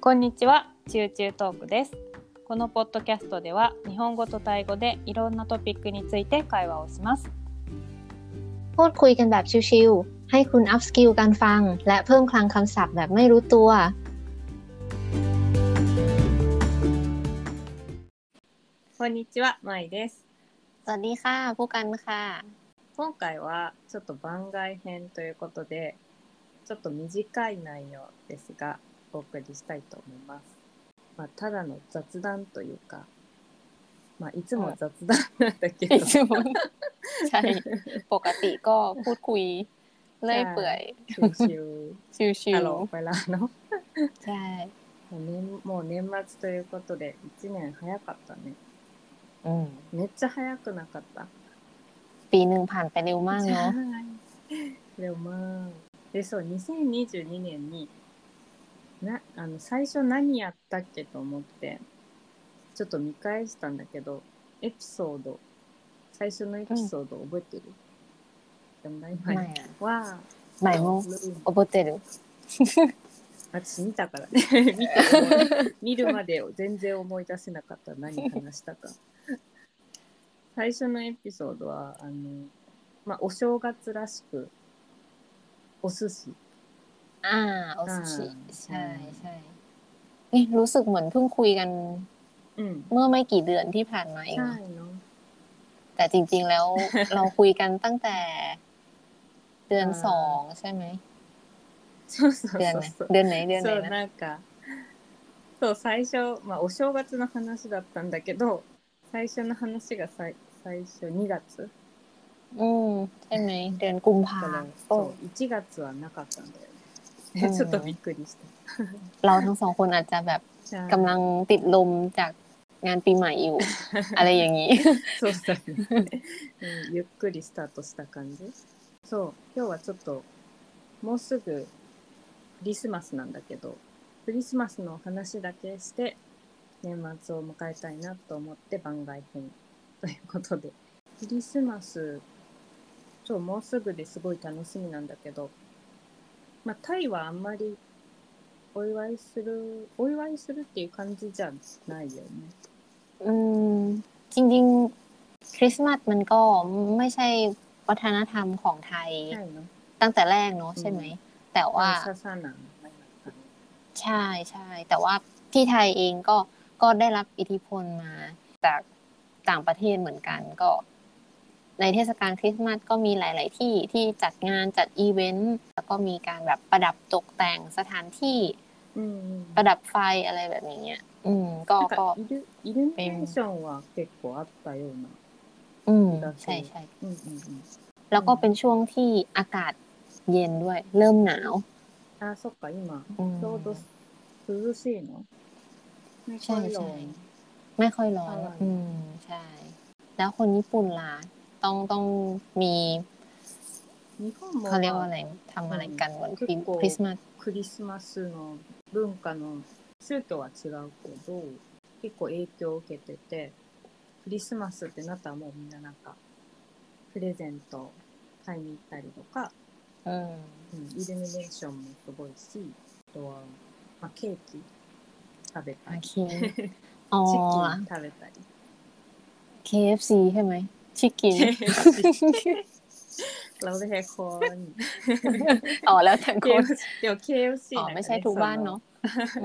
こんにちは、チューチュートークです。このポッドキャストでは、日本語とタイ語でいろんなトピックについて会話をします。 พูดคุยกันแบบชิวๆ ให้คุณอัพสกิลการฟัง และเพิ่มคลังคำศัพท์แบบไม่รู้ตัว こんにちは、まいです。 สวัสดีค่ะ ผู้กันค่ะ 今回はちょっと番外編ということで、ちょっと短い内容ですが、お送りしたいと思います。まあ、ただの雑談というか、まあ、いつも雑談なんだけど、いつも ใช่ ปกติก็พูดคุยเลื่อยเปื่อย 収集、 ชิ ハ ว ロー、ペラーの。 ๆใช่ もう年もう年末ということで1年早かったね อืม めっちゃ早くなかった ปีหนึ่งผ่านไปเร็วมาก じゃ เนาะ あでもまあでそう2022年になあの最初何やったっけと思ってちょっと見返したんだけどエピソード最初のエピソード覚えてる、でも ใหม่ない前 อะ は ใหม่โม うん โอโบเตรุ 私見たからね 見て思い見るまで全然思い出せなかった何話したか最初のエピソードはあの、まあ、お正月らしくお寿司 อ่าโอซูชิ อ่า ใช่ใช่เอ๊ะรู้สึกเหมือนเพิ่งคุยกัน うん เมื่อไม่กี่เดือนที่ผ่านมาเอง ใช่เนาะ แต่จริง ๆแล้ว เราคุยกันตั้งแต่ เดือน อ่า สองใช่ไห ม そうそう เดือน そう ไหน そう เดือนไหนเดือนไหน そう นะ なんかそう最初、まあ、お正月の話だったんだけど最初の話がさい最初2月 อืมใช่ไหมเดือนกุมภา だか พั ら นธ์โอ้ そう1月はなかったんだよねうん ちょっとびっくりした。 เราทั้งสองคนอาจจะแบบ じゃあ กำลังติดลมจากงานปีใหม่ อยู่ อะไรอย่างนี้ そうだね、うんゆっくりスタートした感じそう今日はちょっともうすぐクリスマスなんだけどクリスマスのお話だけして年末を迎えたいなと思って番外編ということでクリスマスそうもうすぐですごい楽しみなんだけどまあタイはあんまりお祝いするお祝いするっていう感じじゃないよね อืมจริงๆ คริสต์มาสมันก็ไม่ใช่วัฒนธรรมของไทย ないの ตั้งแต่แรกเนอะใช่ไหม แต่ว่า 刺さないないのかな ใช่ใช่ แต่ว่าที่ไทยเองก็ก็ได้รับอิทธิพลมาจากต่างประเทศเหมือนกันก็ ในเทศกาลคริสต์มาสก็มีหลาย ๆ ที่ที่จัดงานจัดอีเวนต์แล้วก็มีการแบบประดับตกแต่งสถานที่ うん ประดับไฟอะไรแบบนี้เนี่ยอืม ก็ なん ก็ かイルイルミネーションは結構あったような。 อืม ใช่ใช่ うんうん แล้วก็เป็นช่วงที่อากาศเย็นด้วย เริ่มหนาว うん、あ、そっか、今、うんちょうど涼しいの。ね ใช่ こういうの ใช่ ไม่ค่อยร้อน อืม ใช่ แล้วคนญี่ปุ่นล่ะ ต้องต้องมี 日本も เขาเรียกว่าอะไรทำอะไรกันวันคริส อืม คริสต์มาส クリスマスの文化の宗教は違うけど、結構影響を受けてて、クリスマスってなったらもうみんななんか、プレゼント買いに行ったりとか、 อืม うん、イルミネーションもすごいし、あとは、まあ、ケーキ食べ โอ たり、 เค チ อ๋อ キン食べたり。 KFC ใช่ไหม ชิคกี้ เราได้คอน อ๋อ แล้วแต่คน เดี๋ยว KFC อ๋อ ไม่ใช่ทุกบ้านเนาะ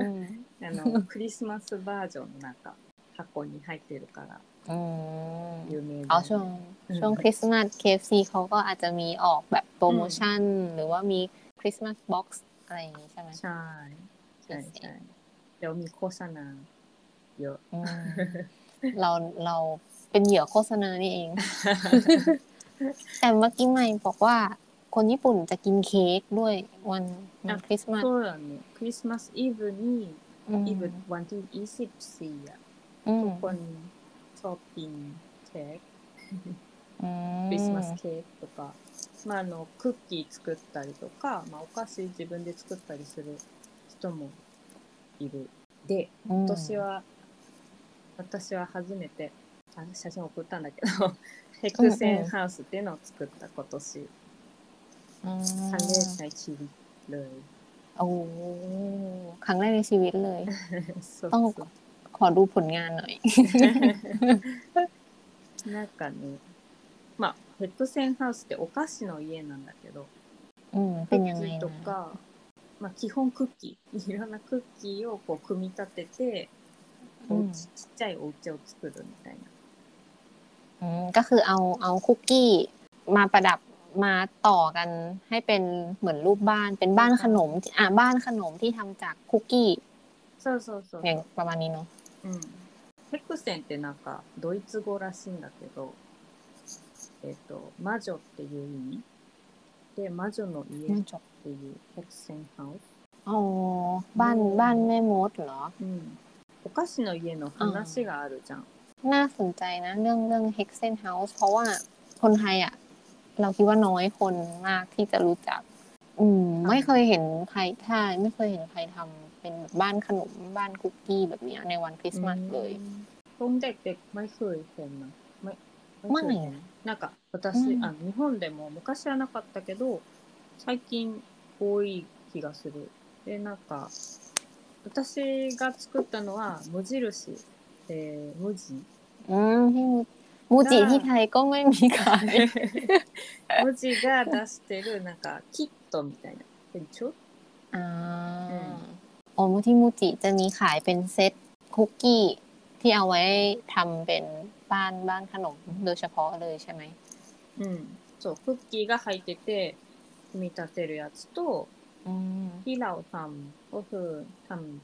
อืม そのあのクリスマスバージョンのなんか箱に入ってるから อืม 有名で อ๋อช่วงช่วงคริสต์มาส KFC เขาก็อาจจะมีออกแบบโปรโมชั่น หรือว่ามีคริสต์มาสบ็อกซ์อะไรอย่างนี้ใช่ไหม ใช่ใช่ใช่เดี๋ยวมีโฆษณาเยอะ อืมเราเราเป็นเหยื่อโฆษณานี่เอง แต่เมื่อกี้ไม่บอกว่าคนญี่ปุ่นจะกินเค้กด้วยวันวันคริสต์มาส そうだねクリスマスイブに อืม イブวันที่24อ่ะ อืม คนชอบกินเค้ก อืม クリスマスケーキとか、まあ、あのクッキー作ったりとか、まあ、お菓子自分で作ったりする人もいるで อืม 今年は、私は初めてあ写真送ったんだけどヘクセンハウスっていうのを作った今年 อืม 3年歳チリル โ โอ้ครั้งแรกในชีวิตเลย そう ต้อง そう ขอดูผลงานหน่อย なんかねまあヘッドセンハウスってお菓子の家なんだけど อืม ク เป็นยัง ッ ไง キーと นะ か、まあ、基本クッキーいろんなクッキーをこう組み立てて อื お ม 家ちっちゃいお家を作るみたいな อืมก็คือเอาเอาคุกกี้มาประดับมาต่อกันให้เป็นเหมือนรูปบ้านเป็นบ้านขนมอ่ะบ้านขนมที่ทำจากคุกกี้ そうそうそう อย่างประมาณนี้เนาะ うん、ヘクセンってなんかドイツ語らしいんだけど、えっと魔女っていう意味で魔女の家 น่า っ จบ ていうヘクセンハウ อ๋อบ้านบ้านแม่มดเหรอ ス、うん、お菓子の家の話があるじゃん、 น่าสนใจนะเรื่องเรื่อง Hexen House เพราะว่าคนไทยอะ่ะ เราคิดว่าน้อยคนมากที่จะรู้จัก อืม ไม่เคยเห็นใครถ้าไม่เคยเห็นใครทำเป็นแบบบ้านขนมบ้านคุกกี้แบบเนี้ยในวันคริสต์มาสเลย うん飛んでって毎週行ってんの毎 ไม่ 毎週 นะ なんか私、うんあ日本でも昔はなかったけど最近多い気がするでなんか私が作ったのは無印、えー無 地 อืมที่มูมูจิ อ่า ที่ไทยก็ไม่มีขาย 無地が出してるなんかキットみたいな店長 อ่าอ๋อที่มูจิจะมีขายเป็นเซตคุกกี้ที่เอาไว้ทำเป็นบ้านบ้านขนมโดยเฉพาะเลยใช่ไหม うんそうクッキーが入ってて組み立てるやつと อืม ヒラオさんオフさん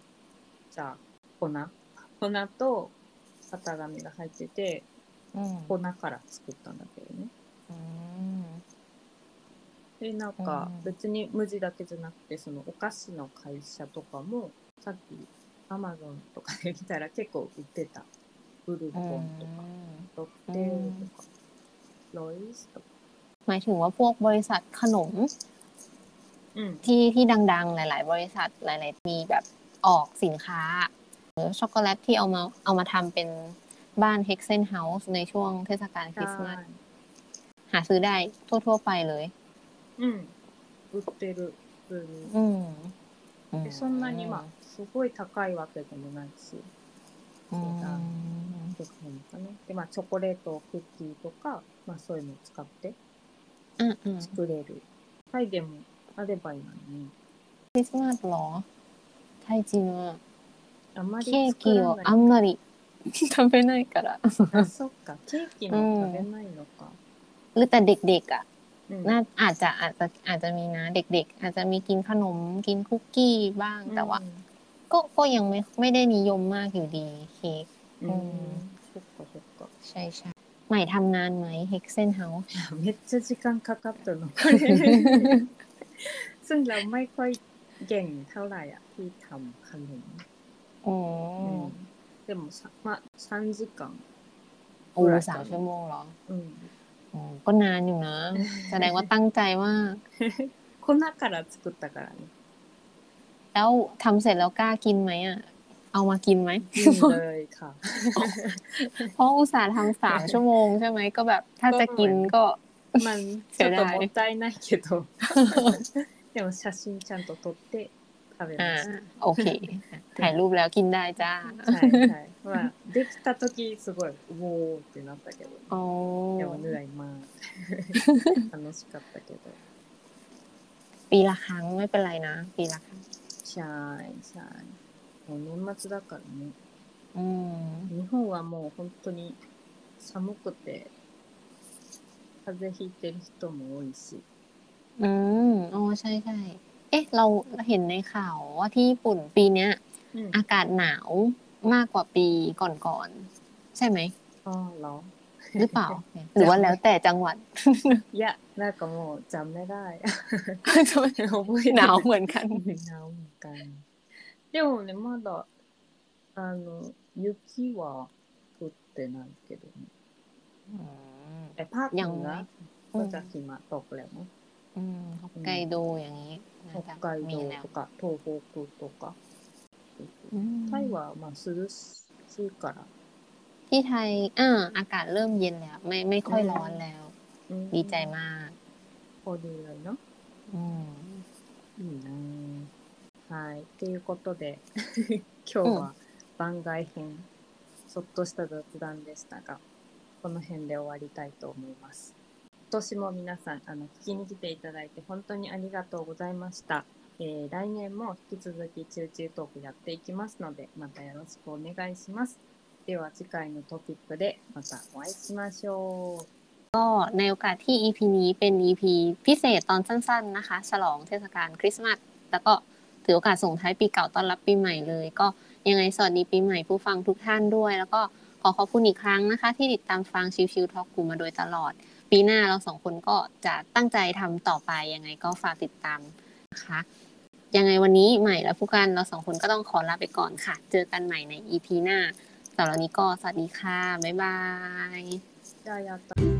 じゃあ粉粉と型紙が入ってて อืม 粉から作ったんだけどね อืม でなんかうん別に無地だけじゃなくてそのお菓子の会社とかもさっきアマゾンとかで見たら結構売ってたブルボ อืม ンとかロッテうんとかロイスとか หมายถึงว่าพวกบริษัทขนม うん ที่ที่ดังๆ หลาย ๆ บริษัทหลาย ๆ มีแบบออกสินค้าหรือช็อกโกแลตที่เอามาเอามาทำเป็นบ้าน Hexen House ในช่วงเทศกาลคริสต์มาส は หาซื้อได้ทั่ว ๆ ไปเลย いうん売ってる普通に อืม でそんなにまあすごい高いわけでもないし อืม って感じかな。で、まあ、チョコレート、クッキーとか、まあ、そういうのを使って อืมอืม 作れる。タイでもあればいいのに、 คริสต์มาสเหรอไทยจีนอะ あまケりーキ作らをないあ。んまり食べないからあ、そっか。ケーキも食べないのか。 หรือแต่เด็กๆอ่ะ うん。 น่าอาจจะอาจจะอาจจะมีนะเด็ก ๆ อาจจะมีกินขนมกินคุกกี้บ้าง แต่ว่าก็ก็ยังไม่ไม่ได้นิยมมากอยู่ดีเค้ก うん。うんそっかそっか。 ใช่ใช่ใหม่ทำนานไหม Hexen House いやめっちゃ時間かかった の、これ。そんな、毎回、元、タオラや、ピータン、カヌン。 อืม うん。でもさ、まあ、3時間。 โอ้สามชั่วโมงเหรอ うん。 อืมก็นานอยู่ นะ แสดงว่าตั้งใจมาก 粉から作ったからね。 แล้วทำเสร็จแล้วกล้ากินไหมอ่ะ เอามากินไหม いいเลยค่ะ เพราะอุตส่าห์ทำสามชั่วโมงใช่ไหมก็แบบ ถ้าจะกินก็ มัน เสี ちょ ย っ ดาย ともったいないけ どでも写真ちゃんと撮って食べ อ่า まし โอเค ถ่ายรูปแล้วกินได้จ้า た。はいはい。まあ できた時すごいウォーってなったけど、 อ๋อ でも狙いまあ楽しかったけど。 ปีละครั้งไม่เป็นไรนะ ปีละครั้ง シャーイシャーイ。もう年末だからね。 อืม 日本はもう本当に寒くて風邪ひいてる人も多いし。 อืมอ๋อใช่ใช่เอ๊ะ เราเห็นในข่าวว่าที่ญี่ปุ่นปีเนี้ย うん。 อากาศหนาวมากกว่าปีก่อนๆ ใช่ไหม あーら。 หรือเปล่า หรือว่าแล้วแต่จังหวัด いや、なんかもう、ジャメライ。 จะไม่ 覚えて ห ない นาวเหมือนกัน なおみたいな。でもね、まだ、あの、雪は降ってないけどね。 อืม え、パークやんがね、まだ暇、東北でも。 อืมฮอกไกโดอย่างนี้น่าจะ 北海 มี 道 แล้ว とか、東北とか。 อืม タイは、まあ、涼しいから。 ที่ไทยอ่าอากาศเริ่มเย็นแล้ว ไม่ไม่ค่อยร้อนแล้ว うん ดีใจมาก こういうの อืม いいなぁはい。っていうことで、 今日は番外編、ちょっとした雑談でしたが、この辺で終わりたいと思います。今年も皆さん、あの、聞きに来ていただいて本当にありがとうございました。えー来年も引き続き中中トークやっていきますので、またよろしくお願いします。では次回のトピックでまたお会いしましょう。 ก็ในโอกาสที่ EP นี้เป็น EP พิเศษตอนสั้นๆนะคะ ฉลองเทศกาลคริสต์มาสแล้วก็ถือโอกาสส่งท้ายปีเก่าต้อนรับปีใหม่เลย ก็ยังไงสวัสดีปีใหม่ผู้ฟังทุกท่านด้วย แล้วก็ขอขอบคุณอีกครั้งนะคะ ที่ติดตามฟังชิวๆทอกูมาโดยตลอด ปีหน้าเราสองคนก็จะตั้งใจทำต่อไปยังไงก็ฝากติดตามนะคะ ยังไงวันนี้ใหม่และผู้กันเราสองคนก็ต้องขอลาไปก่อนค่ะ เจอกันใหม่ใน EP หน้าสำหรับวันนี้ก็สวัสดีค่ะบ๊ายบาย じゃあやった。